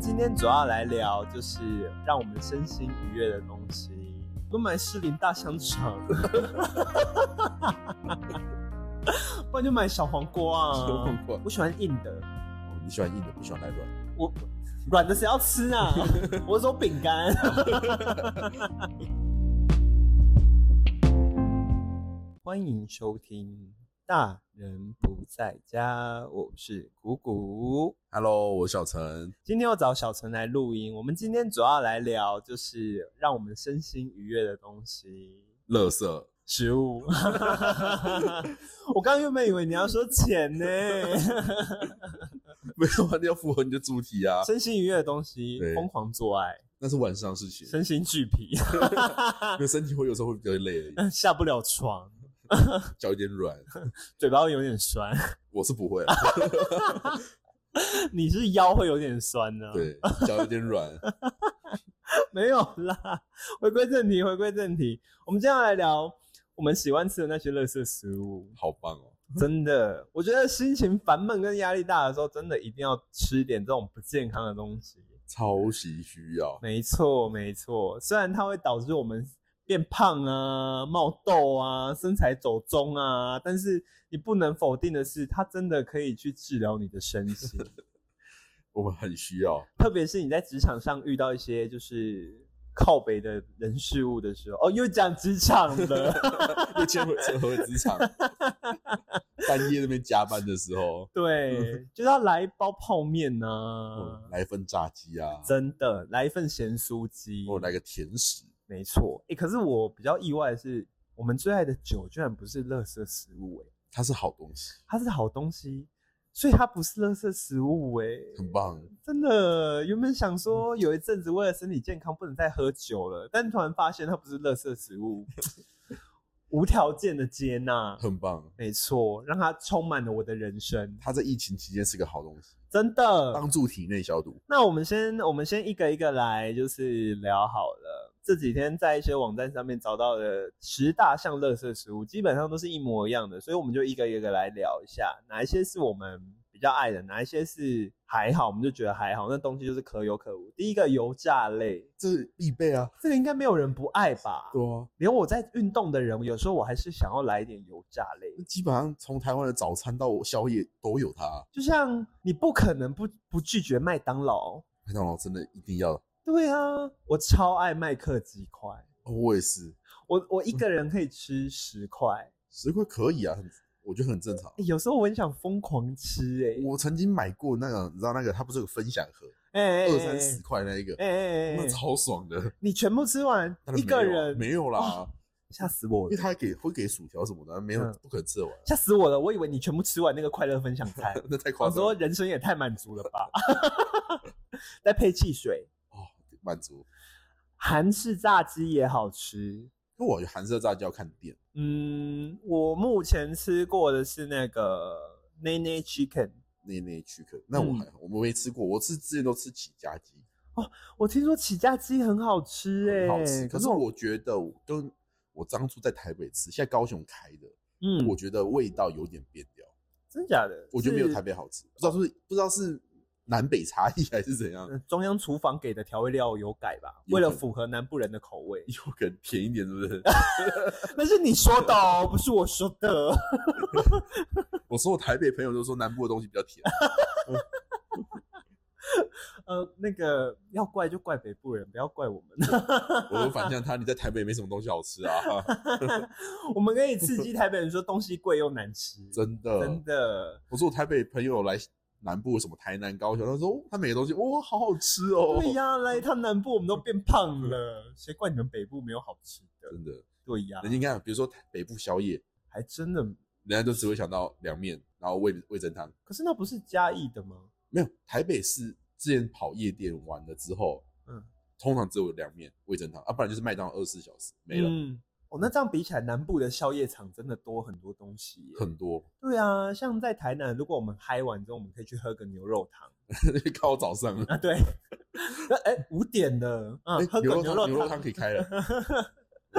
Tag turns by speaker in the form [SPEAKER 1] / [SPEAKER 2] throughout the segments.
[SPEAKER 1] 今天主要来聊就是让我们身心愉悦的东西。我买士林大香肠， 不然就买小黄瓜
[SPEAKER 2] 小
[SPEAKER 1] 啊。
[SPEAKER 2] 黄瓜
[SPEAKER 1] 我喜欢硬的，
[SPEAKER 2] 哦你喜欢硬的，不喜欢太软。
[SPEAKER 1] 我软的谁要吃啊？我走饼干。欢迎收听《大人不在家》，我是谷谷。
[SPEAKER 2] Hello，我小陈。
[SPEAKER 1] 今天要找小陈来录音，我们今天主要来聊就是让我们身心愉悦的东西。
[SPEAKER 2] 乐色，
[SPEAKER 1] 食物，我刚刚原本以为你要说钱 呢，
[SPEAKER 2] 没有啊，你要符合你的主题啊。
[SPEAKER 1] 身心愉悦的东西，
[SPEAKER 2] 对
[SPEAKER 1] 疯狂做爱，
[SPEAKER 2] 那是啊晚上的事情，
[SPEAKER 1] 身心俱疲，
[SPEAKER 2] 因为身体会有时候会比较累，
[SPEAKER 1] 下不了床，
[SPEAKER 2] 脚有点 软。
[SPEAKER 1] 嘴巴会有点酸，
[SPEAKER 2] 我是不会 啊，
[SPEAKER 1] 你是腰会有点酸呢、，
[SPEAKER 2] 对，脚有点软。
[SPEAKER 1] 没有啦。回归正题，回归正题，我们接下来聊我们喜欢吃的那些垃圾食物。
[SPEAKER 2] 好棒哦！
[SPEAKER 1] 真的，我觉得心情烦闷跟压力大的时候，真的一定要吃点这种不健康的东西。
[SPEAKER 2] 超级需要。
[SPEAKER 1] 没错，没错。虽然它会导致我们变胖啊、冒痘啊、身材走钟啊，但是你不能否定的是，它真的可以去治疗你的身 心。
[SPEAKER 2] 我们很需要，
[SPEAKER 1] 特别是你在职场上遇到一些就是靠北的人事物的时候，哦，又讲职场 了。
[SPEAKER 2] 又切回切回职场，半夜那边加班的时候，
[SPEAKER 1] 对，就是要来一包泡面呐、
[SPEAKER 2] 嗯来一份炸鸡啊，
[SPEAKER 1] 真的来一份咸酥鸡，
[SPEAKER 2] 哦或者来个甜食，
[SPEAKER 1] 没错。哎、可是我比较意外的是，我们最爱的酒居然不是垃圾食物、欸，
[SPEAKER 2] 它是好东西，
[SPEAKER 1] 它是好东西，所以它不是垃圾食物、欸，
[SPEAKER 2] 很棒。
[SPEAKER 1] 真的。原本想说有一阵子为了身体健康不能再喝酒了，但突然发现它不是垃圾食物， 无条件的接纳。
[SPEAKER 2] 很棒。
[SPEAKER 1] 没错，让它充满了我的人生，
[SPEAKER 2] 它在疫情期间是个好东西，
[SPEAKER 1] 真的。
[SPEAKER 2] 帮助体内消毒。
[SPEAKER 1] 那我们先，我们先一个一个来，就是聊好了。这几天在一些网站上面找到的十大像垃圾食物，基本上都是一模一样的，所以我们就一个一个来聊一下，哪一些是我们比较爱的，哪一些是还好，我们就觉得还好，那东西就是可有可无。第一个油炸类，
[SPEAKER 2] 这是必备啊，
[SPEAKER 1] 这个应该没有人不爱吧？
[SPEAKER 2] 对啊，
[SPEAKER 1] 连我在运动的人，有时候我还是想要来一点油炸类，
[SPEAKER 2] 那基本上从台湾的早餐到宵夜都有它。
[SPEAKER 1] 就像你不可能不不拒绝麦当劳，
[SPEAKER 2] 麦当劳真的一定要，
[SPEAKER 1] 对啊，我超爱麦克鸡块。
[SPEAKER 2] 哦我也是，
[SPEAKER 1] 我我一个人可以吃十块、
[SPEAKER 2] 十块可以啊，很我觉得很正常。
[SPEAKER 1] 欸有时候我很想疯狂吃哎、
[SPEAKER 2] 我曾经买过那个，你知道那个，它不是有分享盒，
[SPEAKER 1] 哎
[SPEAKER 2] 二三十块那一个，
[SPEAKER 1] 哎哎
[SPEAKER 2] 那
[SPEAKER 1] 哎，
[SPEAKER 2] 超爽的。
[SPEAKER 1] 你全部吃完
[SPEAKER 2] 但
[SPEAKER 1] 一
[SPEAKER 2] 是
[SPEAKER 1] 个
[SPEAKER 2] 没有啊
[SPEAKER 1] 人，
[SPEAKER 2] 没有啦
[SPEAKER 1] 哦，吓死我
[SPEAKER 2] 因为
[SPEAKER 1] 了，
[SPEAKER 2] 它还给会给薯条什么的，没有
[SPEAKER 1] 嗯
[SPEAKER 2] 不可能吃得完，
[SPEAKER 1] 吓死我了，我以为你全部吃完那个快乐分享 餐，
[SPEAKER 2] 那太夸
[SPEAKER 1] 我
[SPEAKER 2] 张
[SPEAKER 1] 哦说
[SPEAKER 2] 了，
[SPEAKER 1] 人生也太满足了吧， 再配汽水，
[SPEAKER 2] 满足。
[SPEAKER 1] 韩式炸鸡也好吃。
[SPEAKER 2] 因为我觉得韩式的炸鸡要看店，
[SPEAKER 1] 嗯，我目前吃过的是那个 Nene Chicken，
[SPEAKER 2] 那那去可，那我
[SPEAKER 1] 嗯
[SPEAKER 2] 还我们没吃过，我是之前都吃起家鸡，
[SPEAKER 1] 我听说起家鸡很好吃哎、
[SPEAKER 2] 很好吃。可是
[SPEAKER 1] 我
[SPEAKER 2] 我觉得我跟我当初在台北吃，现在高雄开的，
[SPEAKER 1] 嗯，
[SPEAKER 2] 我觉得味道有点变掉，
[SPEAKER 1] 真假的，
[SPEAKER 2] 我觉得没有
[SPEAKER 1] 是
[SPEAKER 2] 台北好吃，不知道是不是不知道是南北差异还是怎样，
[SPEAKER 1] 呃中央厨房给的调味料有改吧？
[SPEAKER 2] 有
[SPEAKER 1] 为了
[SPEAKER 2] 可能，
[SPEAKER 1] 符合南部人的口味
[SPEAKER 2] 有可能甜一点，是不 是？
[SPEAKER 1] 那是你说的哦，不是我说的。
[SPEAKER 2] 我说我台北朋友都说南部的东西比较甜，
[SPEAKER 1] 呃，那个要怪就怪北部人，不要怪我们。
[SPEAKER 2] 我就反向他，你在台北没什么东西好吃啊，
[SPEAKER 1] 我们可以刺激台北人说东西贵又难吃，
[SPEAKER 2] 真的。
[SPEAKER 1] 真的。
[SPEAKER 2] 我说我台北朋友来南部，什么台南、高雄，他说、哦他每个东西哇、好好吃哦，
[SPEAKER 1] 对呀，来一趟南部我们都变胖了，谁怪你们北部没有好吃的？
[SPEAKER 2] 真的。
[SPEAKER 1] 对呀，
[SPEAKER 2] 人家你看，比如说北部宵夜，
[SPEAKER 1] 还真的。
[SPEAKER 2] 人家都只会想到凉面，然后味味噌汤。
[SPEAKER 1] 可是那不是嘉义的吗？
[SPEAKER 2] 没有，台北市之前跑夜店完了之后，
[SPEAKER 1] 嗯
[SPEAKER 2] 嗯，通常只有凉面、味噌汤，啊，不然就是麦当劳二十四小时没了、
[SPEAKER 1] 嗯哦，那这样比起来，南部的宵夜场真的多很多东西耶。
[SPEAKER 2] 很多，
[SPEAKER 1] 对啊，像在台南，如果我们嗨完之后，我们可以去喝个牛肉汤
[SPEAKER 2] 看我早 上了。
[SPEAKER 1] 啊。对，那哎，五点了，嗯，
[SPEAKER 2] 哎、
[SPEAKER 1] 喝个
[SPEAKER 2] 牛肉
[SPEAKER 1] 牛
[SPEAKER 2] 汤，牛肉
[SPEAKER 1] 肉汤
[SPEAKER 2] 汤可以开 了。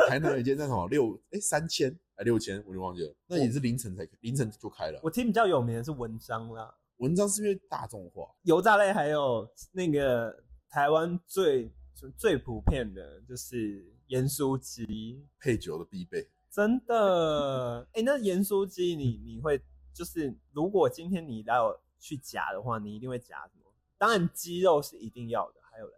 [SPEAKER 2] 台南有一间那什么六哎三千哎六千，我就忘记了，那也是凌晨才开凌晨就开了。
[SPEAKER 1] 我听比较有名的是文章啦，
[SPEAKER 2] 文章是因为大众化，
[SPEAKER 1] 油炸类还有那个台湾最最普遍的就是盐酥鸡，
[SPEAKER 2] 配酒的必备。
[SPEAKER 1] 真的。哎、那盐酥鸡你你会就是如果今天你要去夹的话，你一定会夹什么？当然鸡肉是一定要的，还有嘞，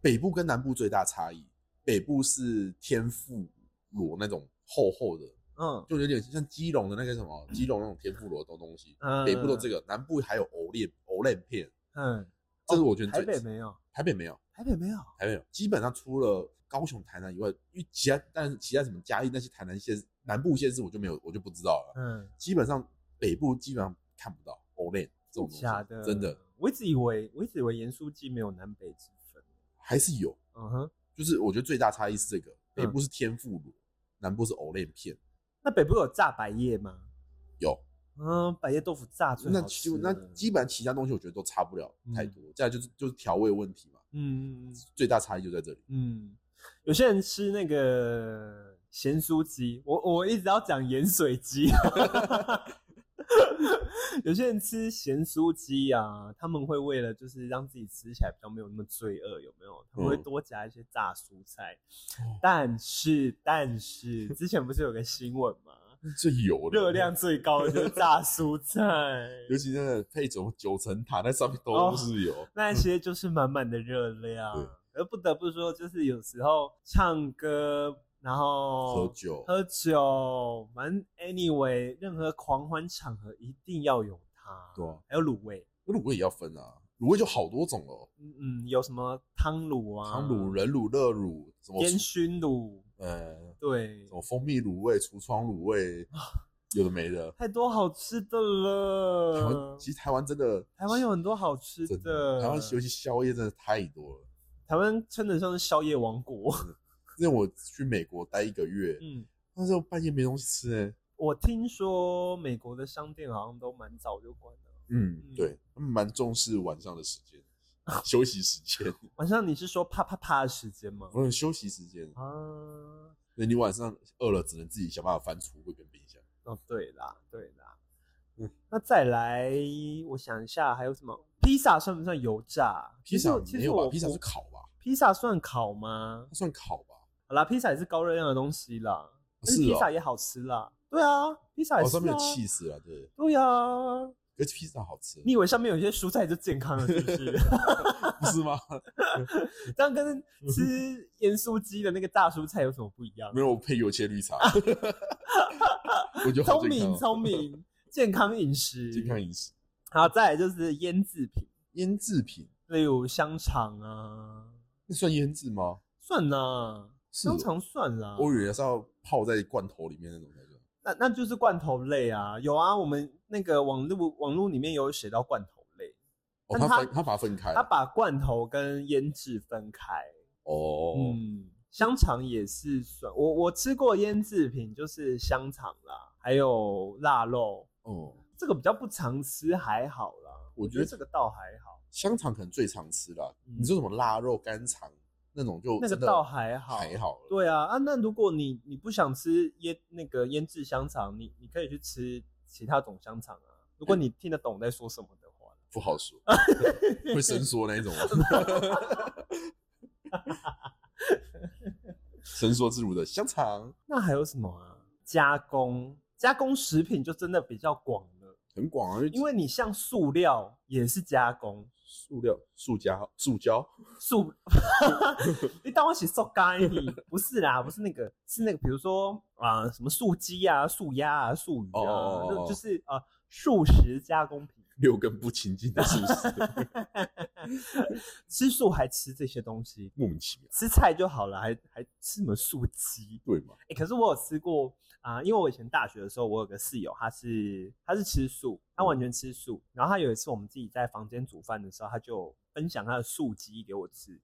[SPEAKER 2] 北部跟南部最大差异，北部是天妇罗那种厚厚的，
[SPEAKER 1] 嗯，
[SPEAKER 2] 就有点像基隆的那个什么，基隆那种天妇罗的东西。
[SPEAKER 1] 嗯
[SPEAKER 2] 北部都这个，南部还有藕链藕链片，
[SPEAKER 1] 嗯，
[SPEAKER 2] 这是我觉得
[SPEAKER 1] 台
[SPEAKER 2] 最。
[SPEAKER 1] 北没有，
[SPEAKER 2] 台北没有，
[SPEAKER 1] 台北没有，
[SPEAKER 2] 台北没有，基本上除了高雄、台南以外，因为其他但是其他什么嘉义那些台南县南部县市我就没有，我就不知道了。
[SPEAKER 1] 嗯，
[SPEAKER 2] 基本上北部基本上看不到藕链这种东西，
[SPEAKER 1] 假的，
[SPEAKER 2] 真的。
[SPEAKER 1] 我一直以为我一直以为盐酥鸡没有南北之分，
[SPEAKER 2] 还是有。
[SPEAKER 1] 嗯哼，
[SPEAKER 2] 就是我觉得最大差异是这个，
[SPEAKER 1] 嗯
[SPEAKER 2] 北部是天妇罗，南部是藕链片。
[SPEAKER 1] 那北部有炸百叶吗？
[SPEAKER 2] 有，
[SPEAKER 1] 嗯，百叶豆腐炸最
[SPEAKER 2] 那
[SPEAKER 1] 好吃嗯
[SPEAKER 2] 就
[SPEAKER 1] 了。
[SPEAKER 2] 那基本上其他东西我觉得都差不了太多，再来就是就是调味问题嘛，
[SPEAKER 1] 嗯
[SPEAKER 2] 最大差异就在这里。
[SPEAKER 1] 嗯，有些人吃那个咸酥鸡，我我一直要讲盐水鸡。有些人吃咸酥鸡啊，他们会为了就是让自己吃起来比较没有那么罪恶，有没有？他们会
[SPEAKER 2] 嗯
[SPEAKER 1] 多加一些炸蔬菜。
[SPEAKER 2] 哦
[SPEAKER 1] 但是但是，之前不是有个新闻吗？
[SPEAKER 2] 最油
[SPEAKER 1] 嗯
[SPEAKER 2] 的
[SPEAKER 1] 热量，最高的就是炸蔬菜，
[SPEAKER 2] 尤其那个配什么九层塔，那上面
[SPEAKER 1] 哦
[SPEAKER 2] 都是油。
[SPEAKER 1] 那些就是满满的热量
[SPEAKER 2] 嗯对。
[SPEAKER 1] 而不得不说，就是有时候唱歌，然后
[SPEAKER 2] 喝酒，
[SPEAKER 1] 哦喝酒，反正 anyway，任何狂欢场合一定要有它。
[SPEAKER 2] 对啊
[SPEAKER 1] 还有卤味，
[SPEAKER 2] 卤味也要分啊，卤味就好多种哦，
[SPEAKER 1] 嗯嗯，有什么汤卤啊，
[SPEAKER 2] 糖卤、、人卤、热卤，什么
[SPEAKER 1] 烟熏卤，
[SPEAKER 2] 呃，
[SPEAKER 1] 对
[SPEAKER 2] 什，么蜂蜜卤味、橱窗卤味，
[SPEAKER 1] 啊
[SPEAKER 2] 有的没的。
[SPEAKER 1] 太多好吃的
[SPEAKER 2] 台
[SPEAKER 1] 了
[SPEAKER 2] 湾。其实台湾真的，
[SPEAKER 1] 台湾有很多好吃
[SPEAKER 2] 真
[SPEAKER 1] 嗯的，
[SPEAKER 2] 台湾尤其宵夜真的太多了。
[SPEAKER 1] 台湾称得上是宵夜王国。
[SPEAKER 2] 因为我去美国待一个 月，
[SPEAKER 1] 嗯，
[SPEAKER 2] 那时候半夜没东西吃哎、
[SPEAKER 1] 我听说美国的商店好像都蛮早就关了。
[SPEAKER 2] 嗯
[SPEAKER 1] 嗯
[SPEAKER 2] 对，他们蛮重视晚上的时 间，休息时间，
[SPEAKER 1] 晚上你是说啪啪啪的时间吗？
[SPEAKER 2] 不是休息时间。
[SPEAKER 1] 啊，
[SPEAKER 2] 那你晚上饿了，只能自己想办法翻橱柜跟冰箱。
[SPEAKER 1] 哦，对啦，对啦。
[SPEAKER 2] 嗯
[SPEAKER 1] 那再来，我想一下还有什么？披萨算不算油炸？
[SPEAKER 2] 披
[SPEAKER 1] 其实
[SPEAKER 2] 萨
[SPEAKER 1] 我其
[SPEAKER 2] 没
[SPEAKER 1] 实
[SPEAKER 2] 有吧？
[SPEAKER 1] 我
[SPEAKER 2] 披萨
[SPEAKER 1] 我
[SPEAKER 2] 是烤吧？
[SPEAKER 1] 披萨算烤吗
[SPEAKER 2] 它？算烤吧？
[SPEAKER 1] 好啦，披萨也是高热量的东西啦，但
[SPEAKER 2] 是
[SPEAKER 1] 披
[SPEAKER 2] 哦
[SPEAKER 1] 萨也好吃啦。对啊，披萨也
[SPEAKER 2] 哦，
[SPEAKER 1] 是、啊
[SPEAKER 2] 上面有气死了，对。
[SPEAKER 1] 对呀、啊，
[SPEAKER 2] 可是披萨好吃，
[SPEAKER 1] 你以为上面有一些蔬菜就健康了是不是？
[SPEAKER 2] 不是吗？
[SPEAKER 1] 这样 跟吃盐酥鸡的那个炸蔬菜有什么不一样
[SPEAKER 2] 没？有我配有切绿 茶，我觉得好
[SPEAKER 1] 聪
[SPEAKER 2] 健康
[SPEAKER 1] 明
[SPEAKER 2] 哦
[SPEAKER 1] 聪，明，健康饮食，
[SPEAKER 2] 健康饮食，
[SPEAKER 1] 好，再来就是腌制品，
[SPEAKER 2] 腌制品
[SPEAKER 1] 例如香肠啊，
[SPEAKER 2] 那算腌制吗？
[SPEAKER 1] 算啦，
[SPEAKER 2] 是哦
[SPEAKER 1] 香肠算啦。
[SPEAKER 2] 我以为是要泡在罐头里面那种才算。
[SPEAKER 1] 那那就是罐头类啊，有啊，我们那个网络网络里面有写到罐头类，
[SPEAKER 2] 哦，
[SPEAKER 1] 但它
[SPEAKER 2] 他分他把它分开
[SPEAKER 1] 它，把罐头跟腌制分开。
[SPEAKER 2] 哦，
[SPEAKER 1] 嗯，香肠也是算，我我吃过腌制品，就是香肠啦，还有腊肉，
[SPEAKER 2] 哦，
[SPEAKER 1] 这个比较不常吃，还好啦，
[SPEAKER 2] 我
[SPEAKER 1] 我
[SPEAKER 2] 觉
[SPEAKER 1] 觉
[SPEAKER 2] 得
[SPEAKER 1] 得这个倒还好，
[SPEAKER 2] 香肠可能最常吃啦。
[SPEAKER 1] 嗯
[SPEAKER 2] 你说什么腊肉、干肠那种就
[SPEAKER 1] 那个
[SPEAKER 2] 真的
[SPEAKER 1] 倒还好，
[SPEAKER 2] 还好了。
[SPEAKER 1] 对啊，啊，那如果你你不想吃腌那个腌制香肠，你你可以去吃其他种香肠啊。如
[SPEAKER 2] 嗯
[SPEAKER 1] 果你听得懂在说什么的话，
[SPEAKER 2] 不 好说，会伸缩那一种吗？伸缩自如的香肠
[SPEAKER 1] 那还有什么啊？加工加工食品就真的比较广了，
[SPEAKER 2] 很广啊，
[SPEAKER 1] 因为你像塑料也是加工，
[SPEAKER 2] 塑料、塑胶、塑胶
[SPEAKER 1] 塑，你当我写塑胶你不是啦，不是那个，是那个，比如说啊、什么素鸡啊、素鸭啊、素鱼啊，
[SPEAKER 2] 哦哦哦哦
[SPEAKER 1] 那就是啊、呃素食加工品。
[SPEAKER 2] 六根不清净的素 食，
[SPEAKER 1] 吃素还吃这些东西，
[SPEAKER 2] 莫名其妙，
[SPEAKER 1] 吃菜就好了，还还吃什么素鸡？
[SPEAKER 2] 对嘛？
[SPEAKER 1] 哎、可是我有吃过啊、因为我以前大学的时候，我有个室友，他是他是吃素，他完全吃素。然后他有一次我们自己在房间煮饭的时候，他就分享他的素鸡给我吃，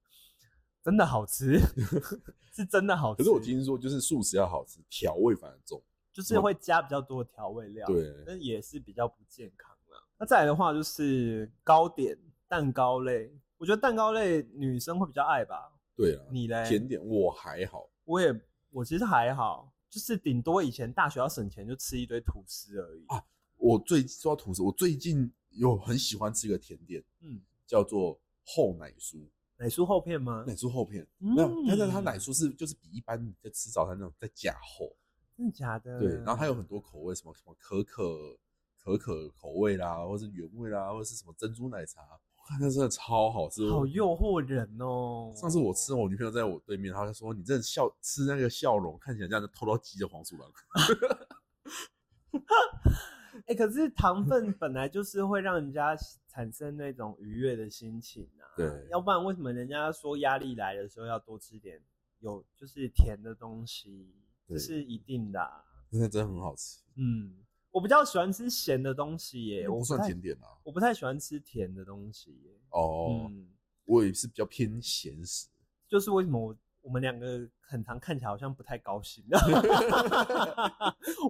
[SPEAKER 1] 真的好吃， 是真的好吃。
[SPEAKER 2] 可是我听说，就是素食要好吃，调味反而重。
[SPEAKER 1] 就是会加比较多的调味料，，
[SPEAKER 2] 对，
[SPEAKER 1] 但也是比较不健康了。那再来的话就是糕点、蛋糕类，我觉得蛋糕类女生会比较爱吧。
[SPEAKER 2] 对啊，
[SPEAKER 1] 你嘞？
[SPEAKER 2] 甜点我还好，
[SPEAKER 1] 我也我其实还好，就是顶
[SPEAKER 2] 哦
[SPEAKER 1] 多以前大学要省钱就吃一堆吐司而已。
[SPEAKER 2] 啊我最说到吐司，我最近有很喜欢吃一个甜点，
[SPEAKER 1] 嗯，
[SPEAKER 2] 叫做厚奶酥，
[SPEAKER 1] 奶酥厚片吗？
[SPEAKER 2] 奶酥厚片。
[SPEAKER 1] 嗯
[SPEAKER 2] 没有，但是它奶酥是就是比一般你在吃早餐那种在加厚，
[SPEAKER 1] 真的假的？
[SPEAKER 2] 对，然后它有很多口味，什么什么可可可可口味啦，或是原味啦，或者是什么珍珠奶茶，我看它真的超好吃，
[SPEAKER 1] 好诱惑人哦。
[SPEAKER 2] 上次我吃，我女朋友在我对面，她就说：“你这笑吃那个笑容，看起来像偷到鸡的黄鼠狼。
[SPEAKER 1] 哎、可是糖分本来就是会让人家产生那种愉悦的心情啊。
[SPEAKER 2] 对
[SPEAKER 1] 要不然为什么人家说压力来的时候要多吃点有就是甜的东西，这
[SPEAKER 2] 对
[SPEAKER 1] 是一定的、啊。”
[SPEAKER 2] 真的真的很好吃，
[SPEAKER 1] 嗯，我比较喜欢吃咸的东西
[SPEAKER 2] 那
[SPEAKER 1] 耶，
[SPEAKER 2] 不
[SPEAKER 1] 我
[SPEAKER 2] 算
[SPEAKER 1] 太
[SPEAKER 2] 甜，点啊。
[SPEAKER 1] 我不太喜欢吃甜的东西耶。
[SPEAKER 2] 哦，
[SPEAKER 1] 嗯，
[SPEAKER 2] 我也是比较偏咸食。
[SPEAKER 1] 就是为什么我我们两个很常看起来好像不太高 兴，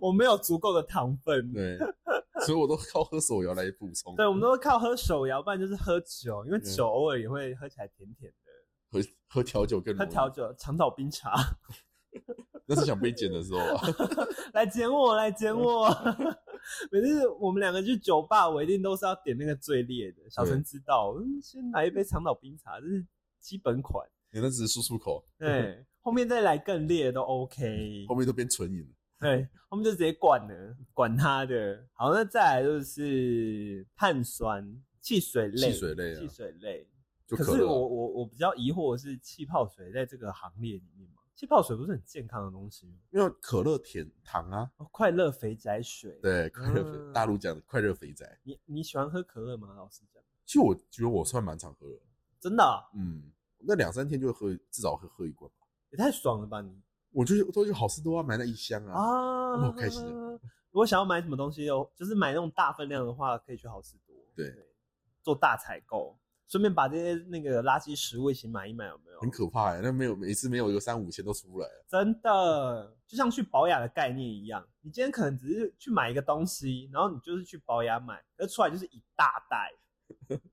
[SPEAKER 1] 我没有足够的糖分。
[SPEAKER 2] 对，所以我都靠喝手摇来补充。
[SPEAKER 1] 对，我们都靠喝手摇，不然就是喝酒，因为
[SPEAKER 2] 对
[SPEAKER 1] 酒偶尔也会喝起来甜甜的。
[SPEAKER 2] 喝喝调酒更
[SPEAKER 1] 喝
[SPEAKER 2] 容易。
[SPEAKER 1] 调酒，长岛冰茶，
[SPEAKER 2] 那是想被剪的时候啊。
[SPEAKER 1] 来捡我，来捡我。 每次我们两个去酒吧，我一定都是要点那个最烈的。小陈知道，嗯，先来一杯长岛冰茶，这是基本款。
[SPEAKER 2] 你那只是漱漱口，
[SPEAKER 1] 对，后面再来更烈都 OK
[SPEAKER 2] 后。面都变纯饮了。
[SPEAKER 1] 对，后面就直接灌了，管他的。好，那再来就是碳酸汽水类，
[SPEAKER 2] 汽水类啊
[SPEAKER 1] 汽水类。
[SPEAKER 2] 就
[SPEAKER 1] 可
[SPEAKER 2] 可
[SPEAKER 1] 是
[SPEAKER 2] 乐啊
[SPEAKER 1] 我我我比较疑惑的是气泡水在这个行列里面嘛，气泡水不是很健康的东西吗？
[SPEAKER 2] 因为可乐甜糖啊，
[SPEAKER 1] 哦、快乐肥宅水。，
[SPEAKER 2] 对，快乐肥、
[SPEAKER 1] 嗯
[SPEAKER 2] 大陆讲的快乐肥宅。
[SPEAKER 1] 你你喜欢喝可乐吗？老实讲，
[SPEAKER 2] 其实我觉得我算蛮常喝的，
[SPEAKER 1] 真的啊、
[SPEAKER 2] 嗯，那两三天就会喝，至少会喝一罐。
[SPEAKER 1] 也太爽了吧你
[SPEAKER 2] 我就是都去好事多啊买那一箱啊，
[SPEAKER 1] 啊！
[SPEAKER 2] 那么开心
[SPEAKER 1] 如果想要买什么东西哦，就是买那种大分量的话，可以去好事多，
[SPEAKER 2] 对
[SPEAKER 1] 做大采购，顺便把这些那个垃圾食物一起买一买，有没有？
[SPEAKER 2] 很可怕哎、那没有每次没有个三五千都出来啊了，
[SPEAKER 1] 真的，就像去保养的概念一样，你今天可能只是去买一个东西，然后你就是去保养买，而出来就是一大 袋。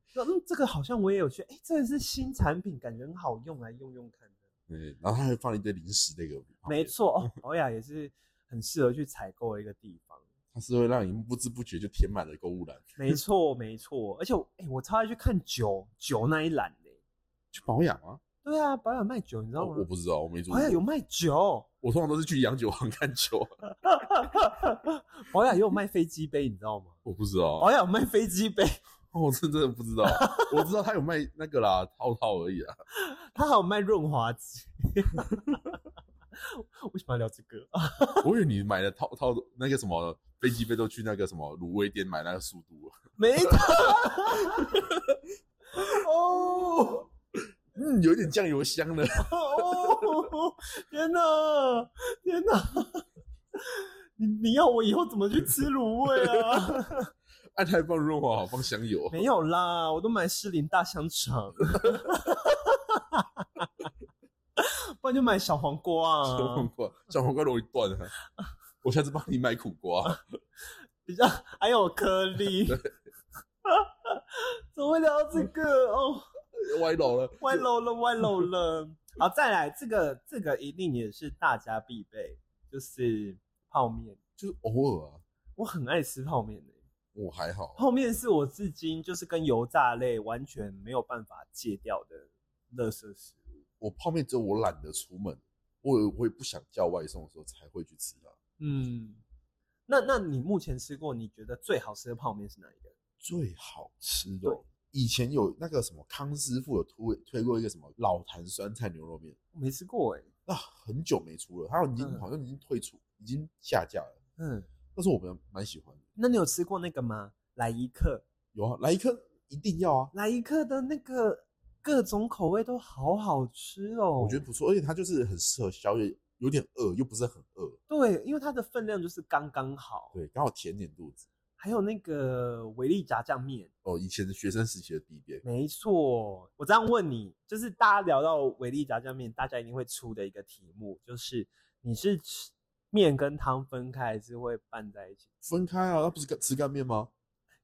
[SPEAKER 1] 说嗯，这个好像我也有去，哎、这个是新产品，感觉很好用，来用用看。
[SPEAKER 2] 对，然后他还放一堆零食那个，
[SPEAKER 1] 没，错，哦，保养也是很适合去采购的一个地方。
[SPEAKER 2] 它是会让你不知不觉就填满了购物篮。
[SPEAKER 1] 没错，没错，而且我哎、我超爱去看酒酒那一栏的、
[SPEAKER 2] 去保养啊、
[SPEAKER 1] 对啊，保养卖酒，你知道
[SPEAKER 2] 哦
[SPEAKER 1] 吗？
[SPEAKER 2] 我不知道，我没做
[SPEAKER 1] 保养有
[SPEAKER 2] 过。
[SPEAKER 1] 卖酒，
[SPEAKER 2] 我通常都是去洋酒行看酒，啊
[SPEAKER 1] 保养也有卖飞机杯，你知道吗？
[SPEAKER 2] 我不知道，啊
[SPEAKER 1] 保养有卖飞机杯，
[SPEAKER 2] 哦我真真的不知道。啊我知道他有卖那个啦，套套而已啊。
[SPEAKER 1] 它还有卖润滑剂。 为什么要聊这个？啊
[SPEAKER 2] 我以为你买的套套那个什么飞机杯都去那个什么卤味店买那个速度，
[SPEAKER 1] 没错。 哦
[SPEAKER 2] 嗯，有一点酱油香的。
[SPEAKER 1] 哦！天哪，天哪！你你要我以后怎么去吃卤味啊？
[SPEAKER 2] 按太放润滑好，放香油。
[SPEAKER 1] 没有啦，我都买士林大香肠， 不然就买小黄瓜
[SPEAKER 2] 小黄
[SPEAKER 1] 啊，
[SPEAKER 2] 瓜，小黄瓜容易断啊。
[SPEAKER 1] 嗯
[SPEAKER 2] 我下次帮你买苦瓜，
[SPEAKER 1] 比较还有颗粒。 怎么会聊到这个？哦，
[SPEAKER 2] 歪楼了。
[SPEAKER 1] 歪楼了，歪楼 了。好，再来这个，这个一定也是大家必备，就是泡面。
[SPEAKER 2] 就是偶尔啊，
[SPEAKER 1] 我很爱吃泡面的、
[SPEAKER 2] 我还好。啊
[SPEAKER 1] 泡面是我至今就是跟油炸类完全没有办法戒掉的垃圾食物。
[SPEAKER 2] 我泡面只有我懒得出门，我有我也不想叫外送的时候才会去吃啊。
[SPEAKER 1] 嗯，那那你目前吃过你觉得最好吃的泡面是哪一个？
[SPEAKER 2] 最好吃
[SPEAKER 1] 对
[SPEAKER 2] 的哦，以前有那个什么康师傅有推推过一个什么老坛酸菜牛肉面，
[SPEAKER 1] 我没吃过哎、
[SPEAKER 2] 那很久没出了，它已经
[SPEAKER 1] 嗯
[SPEAKER 2] 好像已经退出，已经下架了。
[SPEAKER 1] 嗯，
[SPEAKER 2] 但是我们蛮喜欢的，
[SPEAKER 1] 那你有吃过那个吗？来一克，
[SPEAKER 2] 有啊，来一颗一定要啊，
[SPEAKER 1] 来一克的那个各种口味都好好吃哦。
[SPEAKER 2] 我觉得不错，而且它就是很适合宵夜，有点饿又不是很饿，
[SPEAKER 1] 对，因为它的分量就是刚刚好。
[SPEAKER 2] 对，刚好填点肚子。
[SPEAKER 1] 还有那个维力炸酱面，
[SPEAKER 2] 哦，以前学生时期的必备，
[SPEAKER 1] 没错。我这样问你，就是大家聊到维力炸酱面，大家一定会出的一个题目，就是你是吃面跟汤分开，还是会拌在一起？
[SPEAKER 2] 分开啊，那不是干吃干面吗？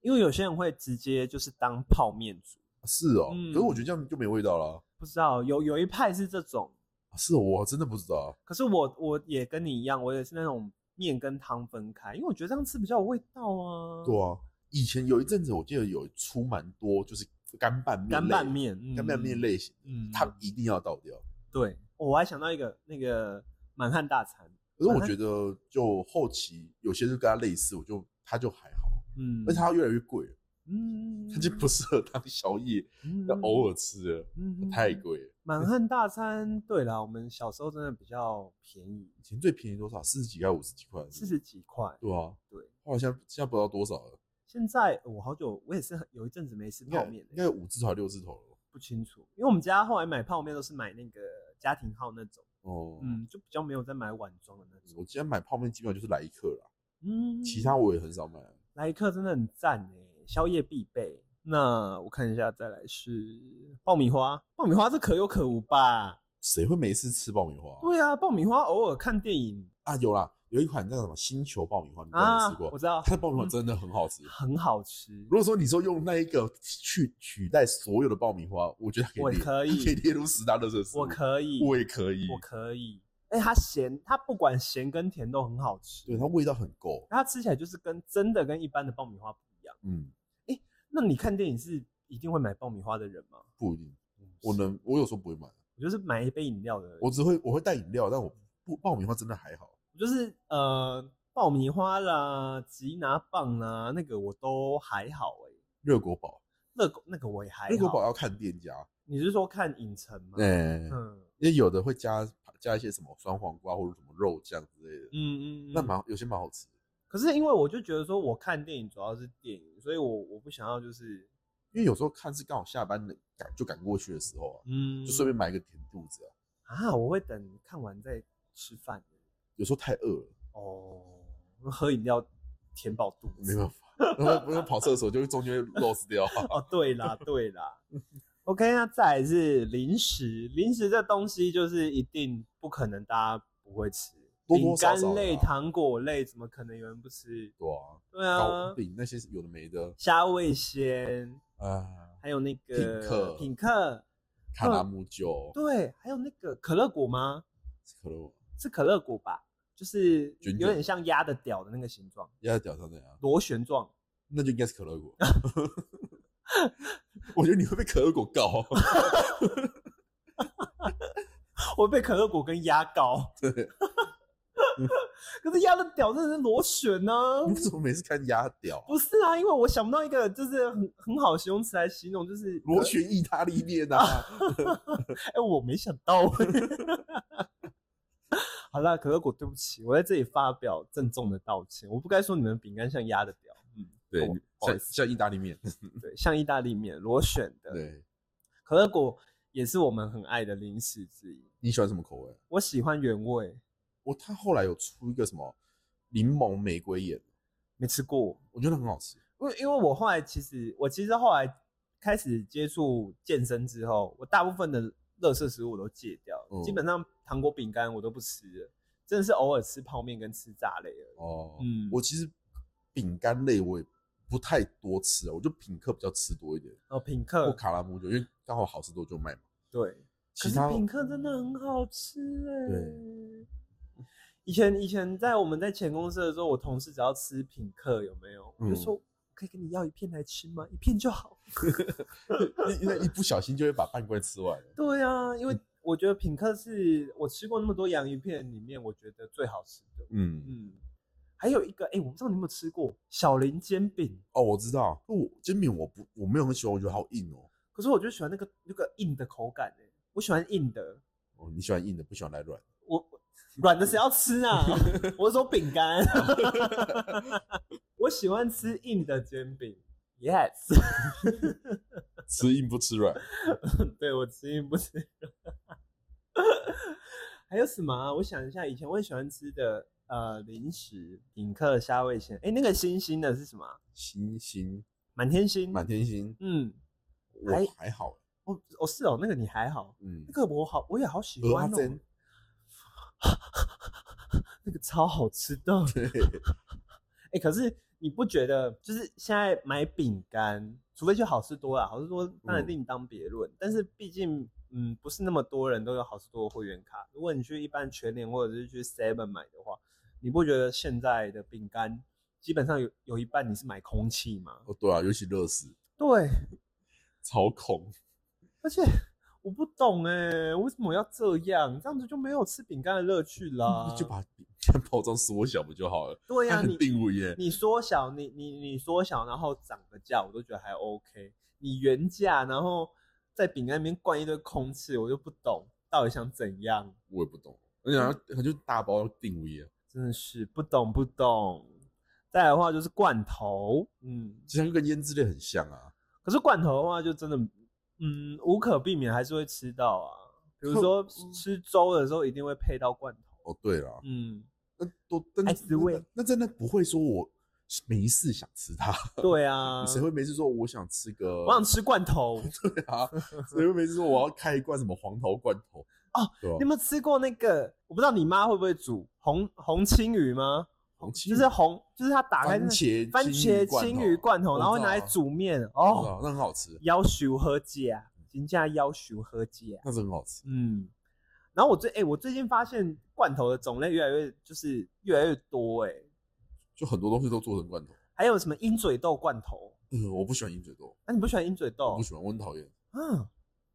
[SPEAKER 1] 因为有些人会直接就是当泡面煮，
[SPEAKER 2] 是哦，
[SPEAKER 1] 嗯
[SPEAKER 2] 可是我觉得这样就没味道了。
[SPEAKER 1] 不知道有有一派是这种，
[SPEAKER 2] 啊是哦，我真的不知道啊，
[SPEAKER 1] 可是我我也跟你一样，我也是那种面跟汤分开，因为我觉得这样吃比较有味道啊。
[SPEAKER 2] 对啊，以前有一阵子，我记得有出蛮多，就是干拌面类，
[SPEAKER 1] 干拌面，嗯
[SPEAKER 2] 干拌面，类型，
[SPEAKER 1] 嗯，
[SPEAKER 2] 它一定要倒掉。
[SPEAKER 1] 对，哦我还想到一个那个满汉大餐，
[SPEAKER 2] 可是我
[SPEAKER 1] 反
[SPEAKER 2] 觉得，就后期有些就跟它类似，我就它就还好，
[SPEAKER 1] 嗯，
[SPEAKER 2] 而且它越来越贵了，
[SPEAKER 1] 嗯，
[SPEAKER 2] 它就不适合当宵夜，要偶尔吃了，
[SPEAKER 1] 尔
[SPEAKER 2] 太贵了。
[SPEAKER 1] 嗯满汉大餐，对啦，我们小时候真的比较便宜，
[SPEAKER 2] 以前最便宜多少？四十几块、五十几块？
[SPEAKER 1] 四十几块。
[SPEAKER 2] 对啊，
[SPEAKER 1] 对，
[SPEAKER 2] 后来现在现在不知道多少了，
[SPEAKER 1] 现在我好久，我也是很有一阵子没吃
[SPEAKER 2] 应该
[SPEAKER 1] 泡面
[SPEAKER 2] 应该
[SPEAKER 1] 了，
[SPEAKER 2] 有五字头、还是六字头了。
[SPEAKER 1] 不清楚，因为我们家后来买泡面都是买那个家庭号那种，
[SPEAKER 2] 哦，
[SPEAKER 1] 嗯，就比较没有再买碗装的那种。
[SPEAKER 2] 我今天买泡面基本上就是来一克啦，
[SPEAKER 1] 嗯，
[SPEAKER 2] 其他我也很少买。
[SPEAKER 1] 来一克真的很赞哎，宵夜必备。那我看一下，再来是爆米花，爆米花这可有可无吧？
[SPEAKER 2] 谁会每次吃爆米花？
[SPEAKER 1] 对啊，爆米花偶尔看电影
[SPEAKER 2] 啊，有啦，有一款那个什么星球爆米花，你不知道有没有
[SPEAKER 1] 啊
[SPEAKER 2] 吃过？，
[SPEAKER 1] 我知道
[SPEAKER 2] 它的爆米花真的很好吃。
[SPEAKER 1] 很好吃
[SPEAKER 2] 如，果说你说用那一个去取代所有的爆米花，我觉得它可以
[SPEAKER 1] 我
[SPEAKER 2] 列
[SPEAKER 1] 可以
[SPEAKER 2] 它可以列入十大热色食物。
[SPEAKER 1] 我可以，
[SPEAKER 2] 我也可以，
[SPEAKER 1] 我可以。哎、它咸，它不管咸跟甜都很好吃，
[SPEAKER 2] 对它味道很够。
[SPEAKER 1] 它吃起来就是跟真的跟一般的爆米花不一样。
[SPEAKER 2] 嗯，
[SPEAKER 1] 那你看电影是一定会买爆米花的人吗？嗯
[SPEAKER 2] 不一定，我能，我有时候不会买，
[SPEAKER 1] 我就是买一杯饮料的人，
[SPEAKER 2] 我只会我会带饮料，但我不爆米花真的还好。
[SPEAKER 1] 我就是呃爆米花啦、吉拿棒啦，那个我都还好哎、
[SPEAKER 2] 热狗堡，
[SPEAKER 1] 那个那个我也还
[SPEAKER 2] 热狗堡
[SPEAKER 1] 好。
[SPEAKER 2] 要看店家，
[SPEAKER 1] 你是说看影城吗？
[SPEAKER 2] 哎、
[SPEAKER 1] 嗯
[SPEAKER 2] 因为有的会加加一些什么酸黄瓜或者什么肉酱之类的，
[SPEAKER 1] 嗯嗯，
[SPEAKER 2] 那
[SPEAKER 1] 嗯
[SPEAKER 2] 蛮有些蛮好吃的。
[SPEAKER 1] 可是因为我就觉得说，我看电影主要是电影，所以我我不想要就是
[SPEAKER 2] 因为有时候看是刚好下班的赶就赶过去的时候啊，
[SPEAKER 1] 嗯，
[SPEAKER 2] 就顺便买一个填肚子啊。
[SPEAKER 1] 啊，我会等看完再吃饭。
[SPEAKER 2] 有时候太饿了，
[SPEAKER 1] 哦，喝饮料填饱肚
[SPEAKER 2] 没
[SPEAKER 1] 子。
[SPEAKER 2] 办法，然后不用跑厕所，就会中间会 lost 掉啊、
[SPEAKER 1] 哦，对啦，对啦。OK，那再来是零食，零食这东西就是一定不可能大家不会吃，
[SPEAKER 2] 多
[SPEAKER 1] 饼
[SPEAKER 2] 多少
[SPEAKER 1] 干
[SPEAKER 2] 少啦
[SPEAKER 1] 类、糖果类，怎么可能有人不吃？
[SPEAKER 2] 对啊，
[SPEAKER 1] 对
[SPEAKER 2] 糕
[SPEAKER 1] 啊，
[SPEAKER 2] 饼那些有的没的
[SPEAKER 1] 虾味鲜，
[SPEAKER 2] 啊，
[SPEAKER 1] 还有那个
[SPEAKER 2] 品客
[SPEAKER 1] 品客，
[SPEAKER 2] 卡拉姆酒、
[SPEAKER 1] 对，还有那个可乐果吗？
[SPEAKER 2] 可乐果，
[SPEAKER 1] 是可乐果吧？就是
[SPEAKER 2] 卷
[SPEAKER 1] 有
[SPEAKER 2] 卷
[SPEAKER 1] 点像鸭的屌的那个形状，
[SPEAKER 2] 压在屌上那样，
[SPEAKER 1] 螺旋状。
[SPEAKER 2] 那就应该是可乐 果。我觉得你会被可乐果告，
[SPEAKER 1] 我被可乐果跟鸭搞。
[SPEAKER 2] 对，嗯
[SPEAKER 1] 可是鸭的屌真的是螺旋呢、
[SPEAKER 2] 你怎么每次看压屌啊？
[SPEAKER 1] 不是啊，因为我想不到一个就是很很好的形容词来形容，就是
[SPEAKER 2] 螺。旋意大利面啊，
[SPEAKER 1] 哎、我没想到。 好啦，可乐果，对不起，我在这里发表郑重的道歉。我不该说你们饼干像鸭的屌，嗯，
[SPEAKER 2] 对
[SPEAKER 1] 哦，不好
[SPEAKER 2] 像
[SPEAKER 1] 意思
[SPEAKER 2] 像意大利面，
[SPEAKER 1] 对，像意大利面螺旋的。
[SPEAKER 2] 嗯对。
[SPEAKER 1] 可乐果也是我们很爱的零食之一。
[SPEAKER 2] 你喜欢什么口味？
[SPEAKER 1] 我喜欢原味，
[SPEAKER 2] 我他后来有出一个什么柠檬玫瑰眼，
[SPEAKER 1] 没吃过。
[SPEAKER 2] 我觉得很好吃。
[SPEAKER 1] 因为因为我后来其实我其实后来开始接触健身之后，我大部分的垃圾食物我都戒掉了，
[SPEAKER 2] 嗯
[SPEAKER 1] 基本上糖果饼干我都不吃了，真的是偶尔吃泡面跟吃炸类而已。
[SPEAKER 2] 哦，
[SPEAKER 1] 嗯
[SPEAKER 2] 我其实饼干类我也不太多吃啊，我就品客比较吃多一点，
[SPEAKER 1] 哦，品
[SPEAKER 2] 或
[SPEAKER 1] 客
[SPEAKER 2] 卡拉姆酒，因为刚好好吃多就卖嘛。
[SPEAKER 1] 对，可
[SPEAKER 2] 其
[SPEAKER 1] 是
[SPEAKER 2] 他
[SPEAKER 1] 品客真的很好吃哎、
[SPEAKER 2] 对
[SPEAKER 1] 以前以前在我们在前公司的时候，我同事只要吃品客有没有，我就
[SPEAKER 2] 嗯
[SPEAKER 1] 说可以给你要一片来吃吗？一片就好。
[SPEAKER 2] 因为一不小心就会把半罐吃完了。
[SPEAKER 1] 对啊，
[SPEAKER 2] 嗯
[SPEAKER 1] 因为我觉得品客是我吃过那么多洋芋片里面，我觉得最好吃的。
[SPEAKER 2] 嗯，
[SPEAKER 1] 嗯，还有一个，哎、我不知道你有没有吃过小林煎饼，
[SPEAKER 2] 哦，我知道，我煎饼我不我没有很喜欢，我觉得好硬哦。
[SPEAKER 1] 可是我就喜欢那个那个硬的口感、哎，我喜欢硬的，
[SPEAKER 2] 哦，你喜欢硬的，不喜欢来 软。
[SPEAKER 1] 我软的谁要吃啊？我是说饼干，我喜欢吃硬的煎饼。Yes，
[SPEAKER 2] 吃硬不吃软。
[SPEAKER 1] 对我吃硬不吃软。还有什么啊？我想一下，以前我很喜欢吃的呃零食，品客虾味鲜。哎、那个星星的是什么啊？
[SPEAKER 2] 星星
[SPEAKER 1] 满天星。
[SPEAKER 2] 满天星，
[SPEAKER 1] 嗯，还
[SPEAKER 2] 我还好，
[SPEAKER 1] 哦哦是哦，那个你还好。
[SPEAKER 2] 嗯
[SPEAKER 1] 那，个我好，我也好喜
[SPEAKER 2] 鹅
[SPEAKER 1] 欢
[SPEAKER 2] 阿
[SPEAKER 1] 哦、
[SPEAKER 2] 珍，
[SPEAKER 1] 那个超好吃的。
[SPEAKER 2] 对，
[SPEAKER 1] 哎、可是你不觉得，就是现在买饼干，除非去好事多啦，好事多当然
[SPEAKER 2] 嗯
[SPEAKER 1] 另当别论。但是毕竟，嗯，不是那么多人都有好事多的会员卡。如果你去一般全联或者是去 Seven 买的话，你不觉得现在的饼干基本上有有一半你是买空气嘛。
[SPEAKER 2] 哦，对啊，尤其乐死，
[SPEAKER 1] 对，
[SPEAKER 2] 超恐。
[SPEAKER 1] 而且我不懂哎、为什么要这样？这样子就没有吃饼干的乐趣啦。
[SPEAKER 2] 嗯就把饼干包装缩小不就好了？
[SPEAKER 1] 啊对呀、
[SPEAKER 2] 它
[SPEAKER 1] 你
[SPEAKER 2] 很定位耶，
[SPEAKER 1] 你缩小，你你你缩小，然后涨个价，我都觉得还 OK。你原价，然后在饼干里面灌一堆空气，我就不懂到底想怎样，
[SPEAKER 2] 我也不懂。而
[SPEAKER 1] 嗯
[SPEAKER 2] 且它它就大包定位耶，
[SPEAKER 1] 真的是不懂不懂。再来的话就是罐头，嗯，
[SPEAKER 2] 就像跟腌制类很像啊。
[SPEAKER 1] 可是罐头的话就真的，嗯，无可避免还是会吃到啊。比如说
[SPEAKER 2] 嗯
[SPEAKER 1] 吃粥的时候一定会配到罐头，
[SPEAKER 2] 哦，对啦，
[SPEAKER 1] 嗯，
[SPEAKER 2] 那都但
[SPEAKER 1] 爱滋味
[SPEAKER 2] 那那真的不会说我没事想吃它，
[SPEAKER 1] 对啊，
[SPEAKER 2] 谁会没事说我想吃个？
[SPEAKER 1] 我想吃罐头。
[SPEAKER 2] 对啊，谁会没事说我要开一罐什么黄桃罐头？
[SPEAKER 1] 哦，
[SPEAKER 2] 对吧
[SPEAKER 1] 你有？没有吃过那个？我不知道你妈会不会煮红红青鱼吗？
[SPEAKER 2] 黄青
[SPEAKER 1] 就是红，就是它打开
[SPEAKER 2] 番
[SPEAKER 1] 那
[SPEAKER 2] 茄
[SPEAKER 1] 番茄青
[SPEAKER 2] 青
[SPEAKER 1] 鱼罐头，
[SPEAKER 2] 我
[SPEAKER 1] 然后
[SPEAKER 2] 知
[SPEAKER 1] 拿来
[SPEAKER 2] 道啊
[SPEAKER 1] 煮面
[SPEAKER 2] 我知
[SPEAKER 1] 哦，
[SPEAKER 2] 道那很好吃，
[SPEAKER 1] 要求喝啊，人家要求喝啊。
[SPEAKER 2] 那是很好吃。
[SPEAKER 1] 嗯，然后我最哎、我最近发现罐头的种类越来越就是越来越多哎、
[SPEAKER 2] 就很多东西都做成罐头。
[SPEAKER 1] 还有什么鹰嘴豆罐头？
[SPEAKER 2] 呃，我不喜欢鹰嘴豆，
[SPEAKER 1] 啊，你不喜欢鹰嘴
[SPEAKER 2] 我
[SPEAKER 1] 豆
[SPEAKER 2] 不？喜欢，我很讨厌。
[SPEAKER 1] 嗯，